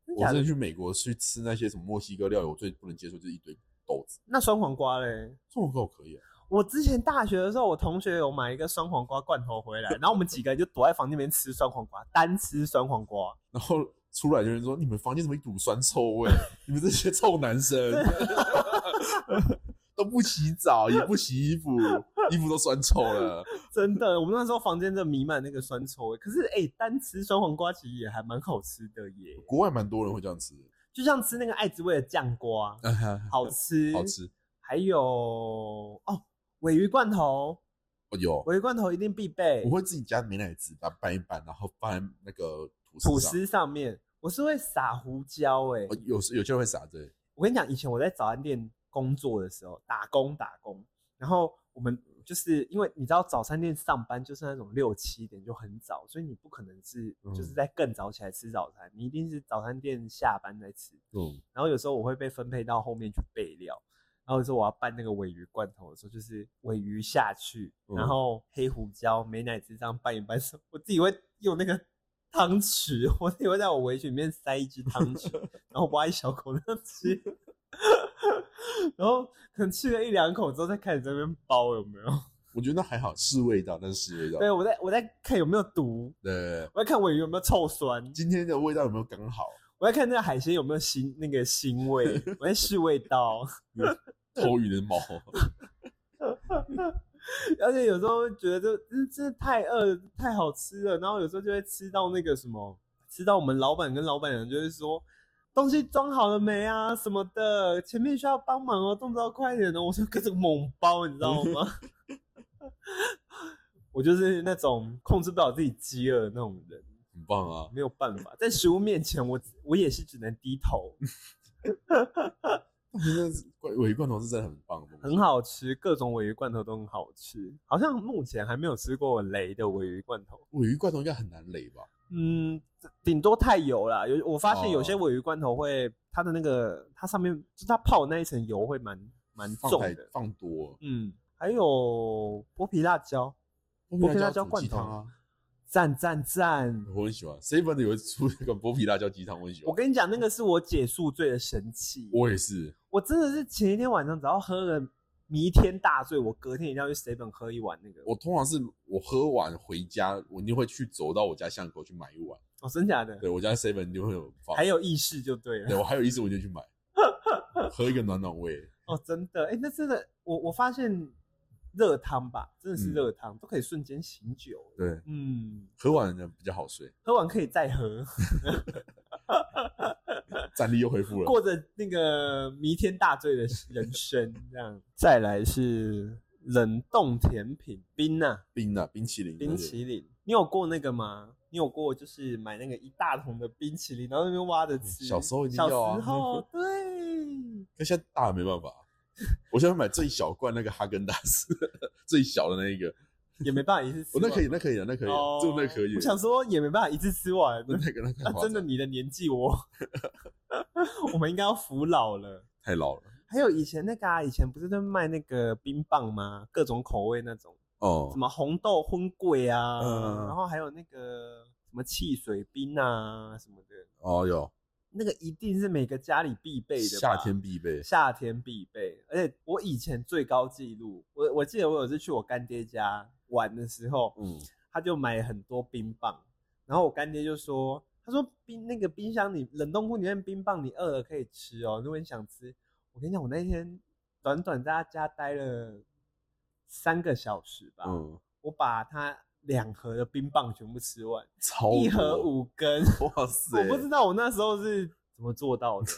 [SPEAKER 1] 真
[SPEAKER 2] 我
[SPEAKER 1] 假
[SPEAKER 2] 之
[SPEAKER 1] 的
[SPEAKER 2] 前？去美国去吃那些什么墨西哥料理，我最不能接受就是一堆豆子。
[SPEAKER 1] 那酸黄瓜嘞？
[SPEAKER 2] 这种我可以啊，
[SPEAKER 1] 我之前大学的时候，我同学有买一个酸黄瓜罐头回来，然后我们几个人就躲在房间里面吃酸黄瓜，单吃酸黄瓜。
[SPEAKER 2] 然后出来就有人说你们房间怎么一股酸臭味？ 你们这些臭男生 都不洗澡，也不洗衣服，衣服都酸臭了。
[SPEAKER 1] 真的，我们那时候房间真的弥漫那个酸臭味。可是哎、单吃酸黄瓜其实也还蛮好吃的耶，
[SPEAKER 2] 国外蛮多人会这样吃，
[SPEAKER 1] 就像吃那个爱滋味的酱瓜，好吃，
[SPEAKER 2] 好。吃。
[SPEAKER 1] 还有哦，尾鱼罐头，
[SPEAKER 2] 哦，有，
[SPEAKER 1] 尾鱼罐头一定必备。
[SPEAKER 2] 我会自己加美乃滋，把它拌一拌，然后放在那个吐司
[SPEAKER 1] 吐
[SPEAKER 2] 上。
[SPEAKER 1] 司上面，我是会撒胡椒哎、
[SPEAKER 2] 哦有时有些人会撒对，
[SPEAKER 1] 我跟你讲，以前我在早餐店工作的时候，打工打工，然后我们就是因为你知道早餐店上班就是那种六七点就很早，所以你不可能是
[SPEAKER 2] 嗯
[SPEAKER 1] 就是在更早起来吃早餐，你一定是早餐店下班再吃。
[SPEAKER 2] 嗯，
[SPEAKER 1] 然后有时候我会被分配到后面去备料，然后有时候我要拌那个尾鱼罐头的时候，就是尾鱼下去，
[SPEAKER 2] 嗯
[SPEAKER 1] 然后黑胡椒、美乃滋这样拌一拌，我自己会用那个汤匙， 我自己会在我围裙里面塞一只汤匙，然后挖一小口那样吃， 然后可能吃了一两口之后再开始在那边包有没有？
[SPEAKER 2] 我觉得那还好，是味道，那是试味道。
[SPEAKER 1] 对我在我在看有没有毒，
[SPEAKER 2] 对对对
[SPEAKER 1] 我在看尾鱼有没有臭酸，
[SPEAKER 2] 今天的味道有没有刚好？
[SPEAKER 1] 我在看那个海鲜有没有腥那个腥味，我在试味道。
[SPEAKER 2] 偷鱼的毛，
[SPEAKER 1] 而且有时候会觉得这嗯真的太饿太好吃了，然后有时候就会吃到那个什么，吃到我们老板跟老板娘就会说东西装好了没啊什么的，前面需要帮忙哦，动作要快一点哦。 我说跟着猛包，你知道吗？ 我就是那种控制不了自己饥饿的那种人，
[SPEAKER 2] 很棒啊！
[SPEAKER 1] 没有办法，在食物面前我我也是只能低头。
[SPEAKER 2] 真的是罐尾鱼罐头是真的很棒的东西，
[SPEAKER 1] 很好吃，各种尾鱼罐头都很好吃，好像目前还没有吃过雷的尾鱼罐头。
[SPEAKER 2] 尾鱼罐头应该很难垒吧？
[SPEAKER 1] 嗯，顶多太油啦。有我发现有些
[SPEAKER 2] 哦
[SPEAKER 1] 尾鱼罐头会，它的那个它上面就是它泡的那一层油会蛮蛮
[SPEAKER 2] 放
[SPEAKER 1] 重
[SPEAKER 2] 太
[SPEAKER 1] 的。
[SPEAKER 2] 放多了，
[SPEAKER 1] 嗯，还有剥皮辣椒，剥皮辣椒
[SPEAKER 2] 煮
[SPEAKER 1] 罐
[SPEAKER 2] 鸡
[SPEAKER 1] 头
[SPEAKER 2] 汤啊，嗯
[SPEAKER 1] 赞赞赞！
[SPEAKER 2] 我很喜欢。seven 的有一出那个剥皮辣椒鸡汤，我很喜欢。
[SPEAKER 1] 我跟你讲，那个是我解宿醉的神器。我
[SPEAKER 2] 我也是，
[SPEAKER 1] 真的是前一天晚上只要喝了弥天大醉，我隔天一定要去 seven 喝一碗那个。
[SPEAKER 2] 我通常是我喝完回家，我一定会去走到我家巷口去买一碗。
[SPEAKER 1] 哦，真假的？
[SPEAKER 2] 对我家 seven 就会有放，
[SPEAKER 1] 还有意识就对了
[SPEAKER 2] 对。我还有意思，我就去买，喝一个暖暖胃。
[SPEAKER 1] 哦，真的，哎、那真的，我我发现热汤吧，真的是
[SPEAKER 2] 嗯
[SPEAKER 1] 热汤、都可以瞬间醒酒。
[SPEAKER 2] 对，
[SPEAKER 1] 嗯。
[SPEAKER 2] 喝完了比较好睡，
[SPEAKER 1] 喝完可以再 喝，
[SPEAKER 2] 战力又恢复了。
[SPEAKER 1] 过着那个弥天大醉的人生，这样。再来是冷冻甜品冰啊，
[SPEAKER 2] 冰啊，冰淇淋，
[SPEAKER 1] 冰淇淋，你有过那个吗？你有过就是买那个一大桶的冰淇淋，然后那边挖着吃？
[SPEAKER 2] 小时候一
[SPEAKER 1] 嗯
[SPEAKER 2] 定
[SPEAKER 1] 小
[SPEAKER 2] 要啊
[SPEAKER 1] 时候对，
[SPEAKER 2] 那现在大了没办法。我现在买最小罐那个哈根达斯， 最小的那一个，
[SPEAKER 1] 也没办法一次吃
[SPEAKER 2] 我
[SPEAKER 1] 完。
[SPEAKER 2] 那可以，那可以了，那可以了，
[SPEAKER 1] 哦
[SPEAKER 2] 这种那可以
[SPEAKER 1] 我。想说也没办法一次吃 完。
[SPEAKER 2] 那那个那太
[SPEAKER 1] 啊
[SPEAKER 2] 夸张
[SPEAKER 1] 真的，你的年纪我， 我们应该要服老了。
[SPEAKER 2] 太老了。
[SPEAKER 1] 还有以前那个啊，以前不是在卖那个冰棒吗？各种口味那种。
[SPEAKER 2] 哦
[SPEAKER 1] 什，么红豆荤桂啊，
[SPEAKER 2] 嗯
[SPEAKER 1] 然后还有那个什么汽水冰啊什么的，
[SPEAKER 2] 哦有，
[SPEAKER 1] 那个一定是每个家里必备的吧。
[SPEAKER 2] 夏天必备，
[SPEAKER 1] 夏天必备，而且我以前最高纪录，我我记得我有一次去我干爹家玩的时候，
[SPEAKER 2] 嗯，
[SPEAKER 1] 他就买很多冰棒，然后我干爹就说，他说冰那个冰箱里冷冻库里面冰棒，你饿了可以吃哦，如果你想吃，我跟你讲，我那天短短在他家待了三个小时吧，
[SPEAKER 2] 嗯，
[SPEAKER 1] 我把他两盒的冰棒全部吃完，
[SPEAKER 2] 超
[SPEAKER 1] 一盒
[SPEAKER 2] 多，
[SPEAKER 1] 五根，
[SPEAKER 2] 哇哦塞，
[SPEAKER 1] 我不知道我那时候是怎么做到的。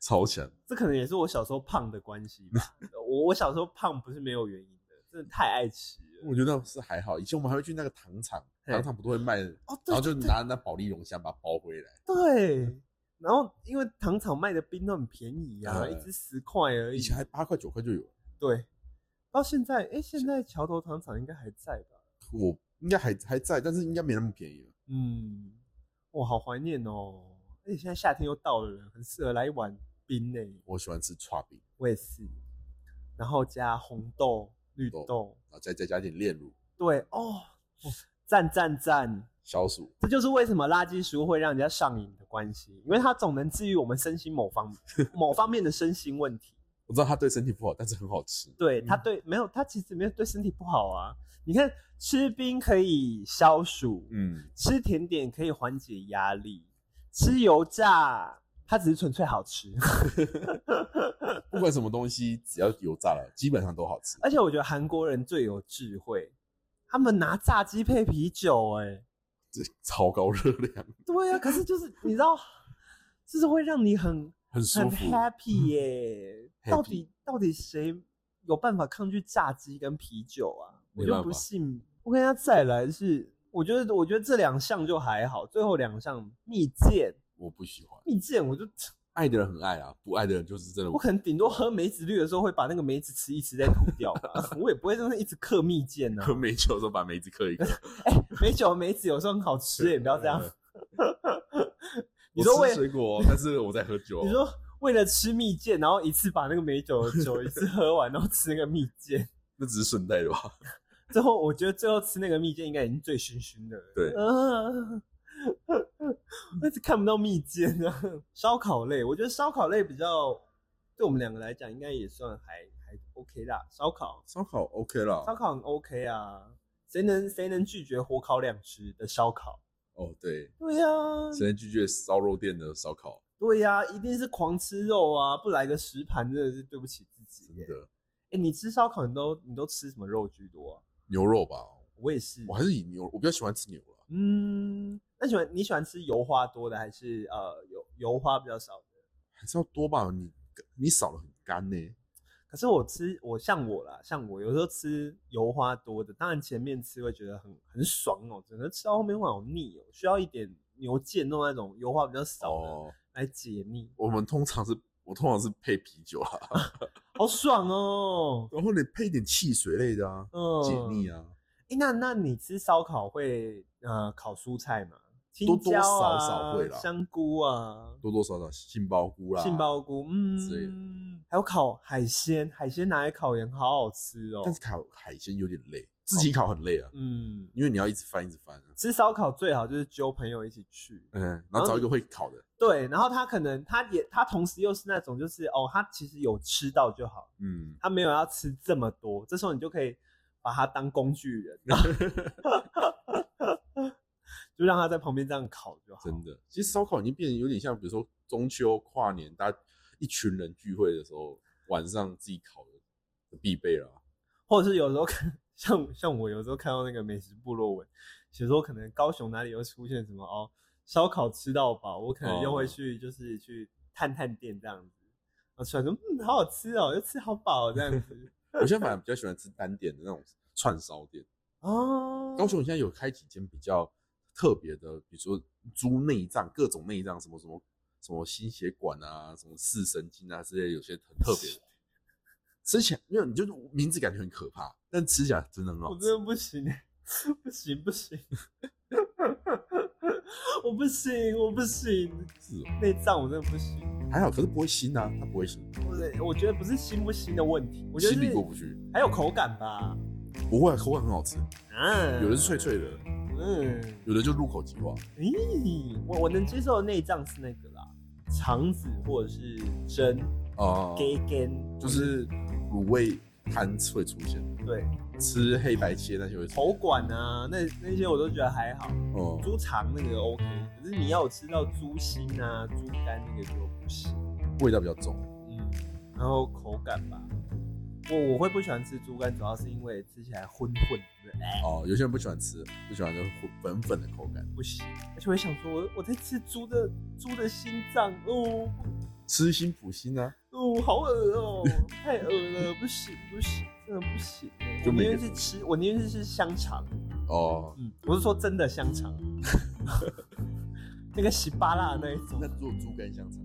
[SPEAKER 2] 超强，
[SPEAKER 1] 这可能也是我小时候胖的关系吧。 我我小时候胖不是没有原因的，真的太爱吃了。
[SPEAKER 2] 我觉得是还好。以前我们还会去那个糖厂，
[SPEAKER 1] 嘿
[SPEAKER 2] 糖厂不都会卖，然
[SPEAKER 1] 哦， 对
[SPEAKER 2] 后就拿那保利龙箱把它包回来，
[SPEAKER 1] 对，然后因为糖厂卖的冰都很便宜啊，
[SPEAKER 2] 嗯
[SPEAKER 1] 一支十块而已
[SPEAKER 2] 以。前还八块九块就有，
[SPEAKER 1] 对，到现在，哎，现在桥头糖厂应该还在吧？
[SPEAKER 2] 我应该还还在，但是应该没那么便宜了。
[SPEAKER 1] 嗯，我好怀念哦。而且现在夏天又到了，很适合来一碗冰呢、
[SPEAKER 2] 我喜欢吃刨冰，
[SPEAKER 1] 我也是，然后加红豆、绿
[SPEAKER 2] 豆
[SPEAKER 1] 豆，
[SPEAKER 2] 然后再再加一点炼乳、
[SPEAKER 1] 对哦，赞赞赞！
[SPEAKER 2] 消暑，
[SPEAKER 1] 这就是为什么垃圾食物会让人家上瘾的关系，因为它总能治愈我们身心某 方某方面的身心问题。
[SPEAKER 2] 我知道它对身体不好，但是很好吃。
[SPEAKER 1] 对
[SPEAKER 2] 嗯
[SPEAKER 1] 它对没有它其实没有对身体不好啊。你看吃冰可以消暑，
[SPEAKER 2] 嗯，
[SPEAKER 1] 吃甜点可以缓解压力，吃油炸它只是纯粹好吃，
[SPEAKER 2] 不管什么东西，只要油炸了，基本上都好 吃。
[SPEAKER 1] 而且我觉得韩国人最有智慧，他们拿炸鸡配啤酒、哎，
[SPEAKER 2] 这超高热量，
[SPEAKER 1] 对啊，可是就是你知道，就是会让你很
[SPEAKER 2] 很舒
[SPEAKER 1] 很
[SPEAKER 2] 服。嗯
[SPEAKER 1] happy 耶、
[SPEAKER 2] Happy
[SPEAKER 1] 到底到底谁有办法抗拒炸鸡跟啤酒啊？我
[SPEAKER 2] 没
[SPEAKER 1] 就
[SPEAKER 2] 办
[SPEAKER 1] 不
[SPEAKER 2] 法
[SPEAKER 1] 信。我跟他再来是，我觉得我觉得这两项就还好，最后两项蜜饯
[SPEAKER 2] 我不喜欢，
[SPEAKER 1] 蜜饯，我就
[SPEAKER 2] 爱的人很爱啊，不爱的人就是真的
[SPEAKER 1] 我可能顶多喝梅子绿的时候会把那个梅子吃一吃再吐掉 吧，我也不会真的一直嗑蜜饯呢、
[SPEAKER 2] 喝
[SPEAKER 1] 啊。
[SPEAKER 2] 美酒的时候把梅子嗑一口。
[SPEAKER 1] 梅酒梅子有时候很好吃耶、也不要这 样。 你
[SPEAKER 2] 嗯我
[SPEAKER 1] 说
[SPEAKER 2] 吃
[SPEAKER 1] 为
[SPEAKER 2] 水果， 但是我在喝酒。
[SPEAKER 1] 你说为了吃蜜饯，然后一次把那个梅酒的酒一次 喝完，然后吃那个蜜饯。
[SPEAKER 2] 那只是顺带的吧？
[SPEAKER 1] 最后我觉得最后吃那个蜜饯应该已经醉醺醺的了。
[SPEAKER 2] 对
[SPEAKER 1] 啊， 但是看不到蜜饯啊。烧烤类，我觉得烧烤类比较，对我们两个来讲应该也算还还 OK 啦。烧烤，
[SPEAKER 2] 烧烤 OK 啦。
[SPEAKER 1] 烧烤很 OK 啊。谁能谁能拒绝火烤两吃的烧烤？
[SPEAKER 2] 哦，对，
[SPEAKER 1] 对呀、
[SPEAKER 2] 谁能拒绝烧肉店的烧烤？
[SPEAKER 1] 对呀、一定是狂吃肉啊！不来个十盘真的是对不起自己
[SPEAKER 2] 真
[SPEAKER 1] 耶。
[SPEAKER 2] 的
[SPEAKER 1] 哎、你吃烧烤你都你都吃什么肉居多啊、
[SPEAKER 2] 牛肉吧，
[SPEAKER 1] 我也是，
[SPEAKER 2] 我还是以牛，我比较喜欢吃牛啊啦。
[SPEAKER 1] 嗯，那喜欢你喜欢吃油花多的还是呃油油花比较少的？
[SPEAKER 2] 还是要多吧，你你少了很干呢、
[SPEAKER 1] 可是我吃我像我啦，像我有时候吃油花多的，当然前面吃会觉得很很爽哦、整个吃到后面会好腻哦、需要一点牛腱弄那种油花比较少的、
[SPEAKER 2] 哦，
[SPEAKER 1] 来解腻，
[SPEAKER 2] 我们通常是，我通常是配啤酒啦，
[SPEAKER 1] 好爽哦、
[SPEAKER 2] 然后你配一点汽水类的啊，
[SPEAKER 1] 嗯，
[SPEAKER 2] 解腻。啊，
[SPEAKER 1] 哎、那那你吃烧烤会呃烤蔬菜吗？青
[SPEAKER 2] 多多
[SPEAKER 1] 椒
[SPEAKER 2] 少
[SPEAKER 1] 啊、
[SPEAKER 2] 少会啦
[SPEAKER 1] 香菇啊，
[SPEAKER 2] 多多少少杏鲍菇啦，
[SPEAKER 1] 杏鲍菇，嗯，
[SPEAKER 2] 之类的
[SPEAKER 1] 还有烤海鲜，海鲜拿来烤也很好好吃哦。
[SPEAKER 2] 但是烤海鲜有点累，自己烤很累啊，
[SPEAKER 1] 嗯，
[SPEAKER 2] 因为你要一直翻一直翻啊、
[SPEAKER 1] 吃烧烤最好就是揪朋友一起去，
[SPEAKER 2] 嗯，然后找一个会烤的，
[SPEAKER 1] 对，然后他可能他也他同时又是那种就是哦，他其实有吃到就好，
[SPEAKER 2] 嗯，
[SPEAKER 1] 他没有要吃这么多，这时候你就可以把他当工具 人，就让他在旁边这样烤就好。
[SPEAKER 2] 真的，其实烧烤已经变得有点像，比如说中秋跨年，大家一群人聚会的时候，晚上自己烤的必备了啊。
[SPEAKER 1] 或者是有时候看，像像我有时候看到那个美食部落文，写说可能高雄哪里又出现什么哦，烧烤吃到饱，我可能又会
[SPEAKER 2] 哦
[SPEAKER 1] 去就是去探探店这样子，然后出来说嗯好好吃哦，又吃好饱这样子
[SPEAKER 2] 我现在反而比较喜欢吃单点的那种串烧店。
[SPEAKER 1] 哦。
[SPEAKER 2] 高雄现在有开几间比较特别的，比如说猪内脏，各种内脏，什么什么什么心血管啊，什么视神经啊之类的，有些很特别的。吃起来没有，你就是名字感觉很可怕，但吃起来真的很好
[SPEAKER 1] 我
[SPEAKER 2] 吃
[SPEAKER 1] 真。的不行，不行不行，我不行我不行，
[SPEAKER 2] 是哦
[SPEAKER 1] 内脏我真的不行，
[SPEAKER 2] 还好，可是不会腥啊，它不会腥，
[SPEAKER 1] 我我觉得不是腥不腥的问题，我觉得
[SPEAKER 2] 心里
[SPEAKER 1] 是
[SPEAKER 2] 过不去。
[SPEAKER 1] 还有口感吧，
[SPEAKER 2] 不会啊，口感很好吃，
[SPEAKER 1] 啊，
[SPEAKER 2] 有的是脆脆的，
[SPEAKER 1] 嗯，
[SPEAKER 2] 有的就入口即化。
[SPEAKER 1] 咦，我我能接受的内脏是那个啦，肠子或者是针、
[SPEAKER 2] 哦、
[SPEAKER 1] 给根，
[SPEAKER 2] 就是卤味摊会出现，
[SPEAKER 1] 对
[SPEAKER 2] 吃黑白切那些会出
[SPEAKER 1] 头管啊，那那些我都觉得还好，
[SPEAKER 2] 哦、
[SPEAKER 1] 猪肠那个 OK，可是你要我吃到猪心啊、猪肝那个就不行。
[SPEAKER 2] 味道比较重。
[SPEAKER 1] 嗯，然后口感吧，我我会不喜欢吃猪肝，主要是因为吃起来混混的，哎、
[SPEAKER 2] 哦，有些人不喜欢吃，不喜欢就是粉粉的口感。
[SPEAKER 1] 不行。而且我想说我，我在吃猪的猪的心脏，哦
[SPEAKER 2] 吃心补心啊，
[SPEAKER 1] 哦，好恶哦，太恶了，不行不行，真的不行。欸
[SPEAKER 2] 就
[SPEAKER 1] 我宁
[SPEAKER 2] 每个
[SPEAKER 1] 愿是吃，我宁愿是吃香肠，
[SPEAKER 2] 哦，
[SPEAKER 1] 嗯，我是说真的香肠， 那个洗巴辣的那一种
[SPEAKER 2] 那，做猪肝香肠，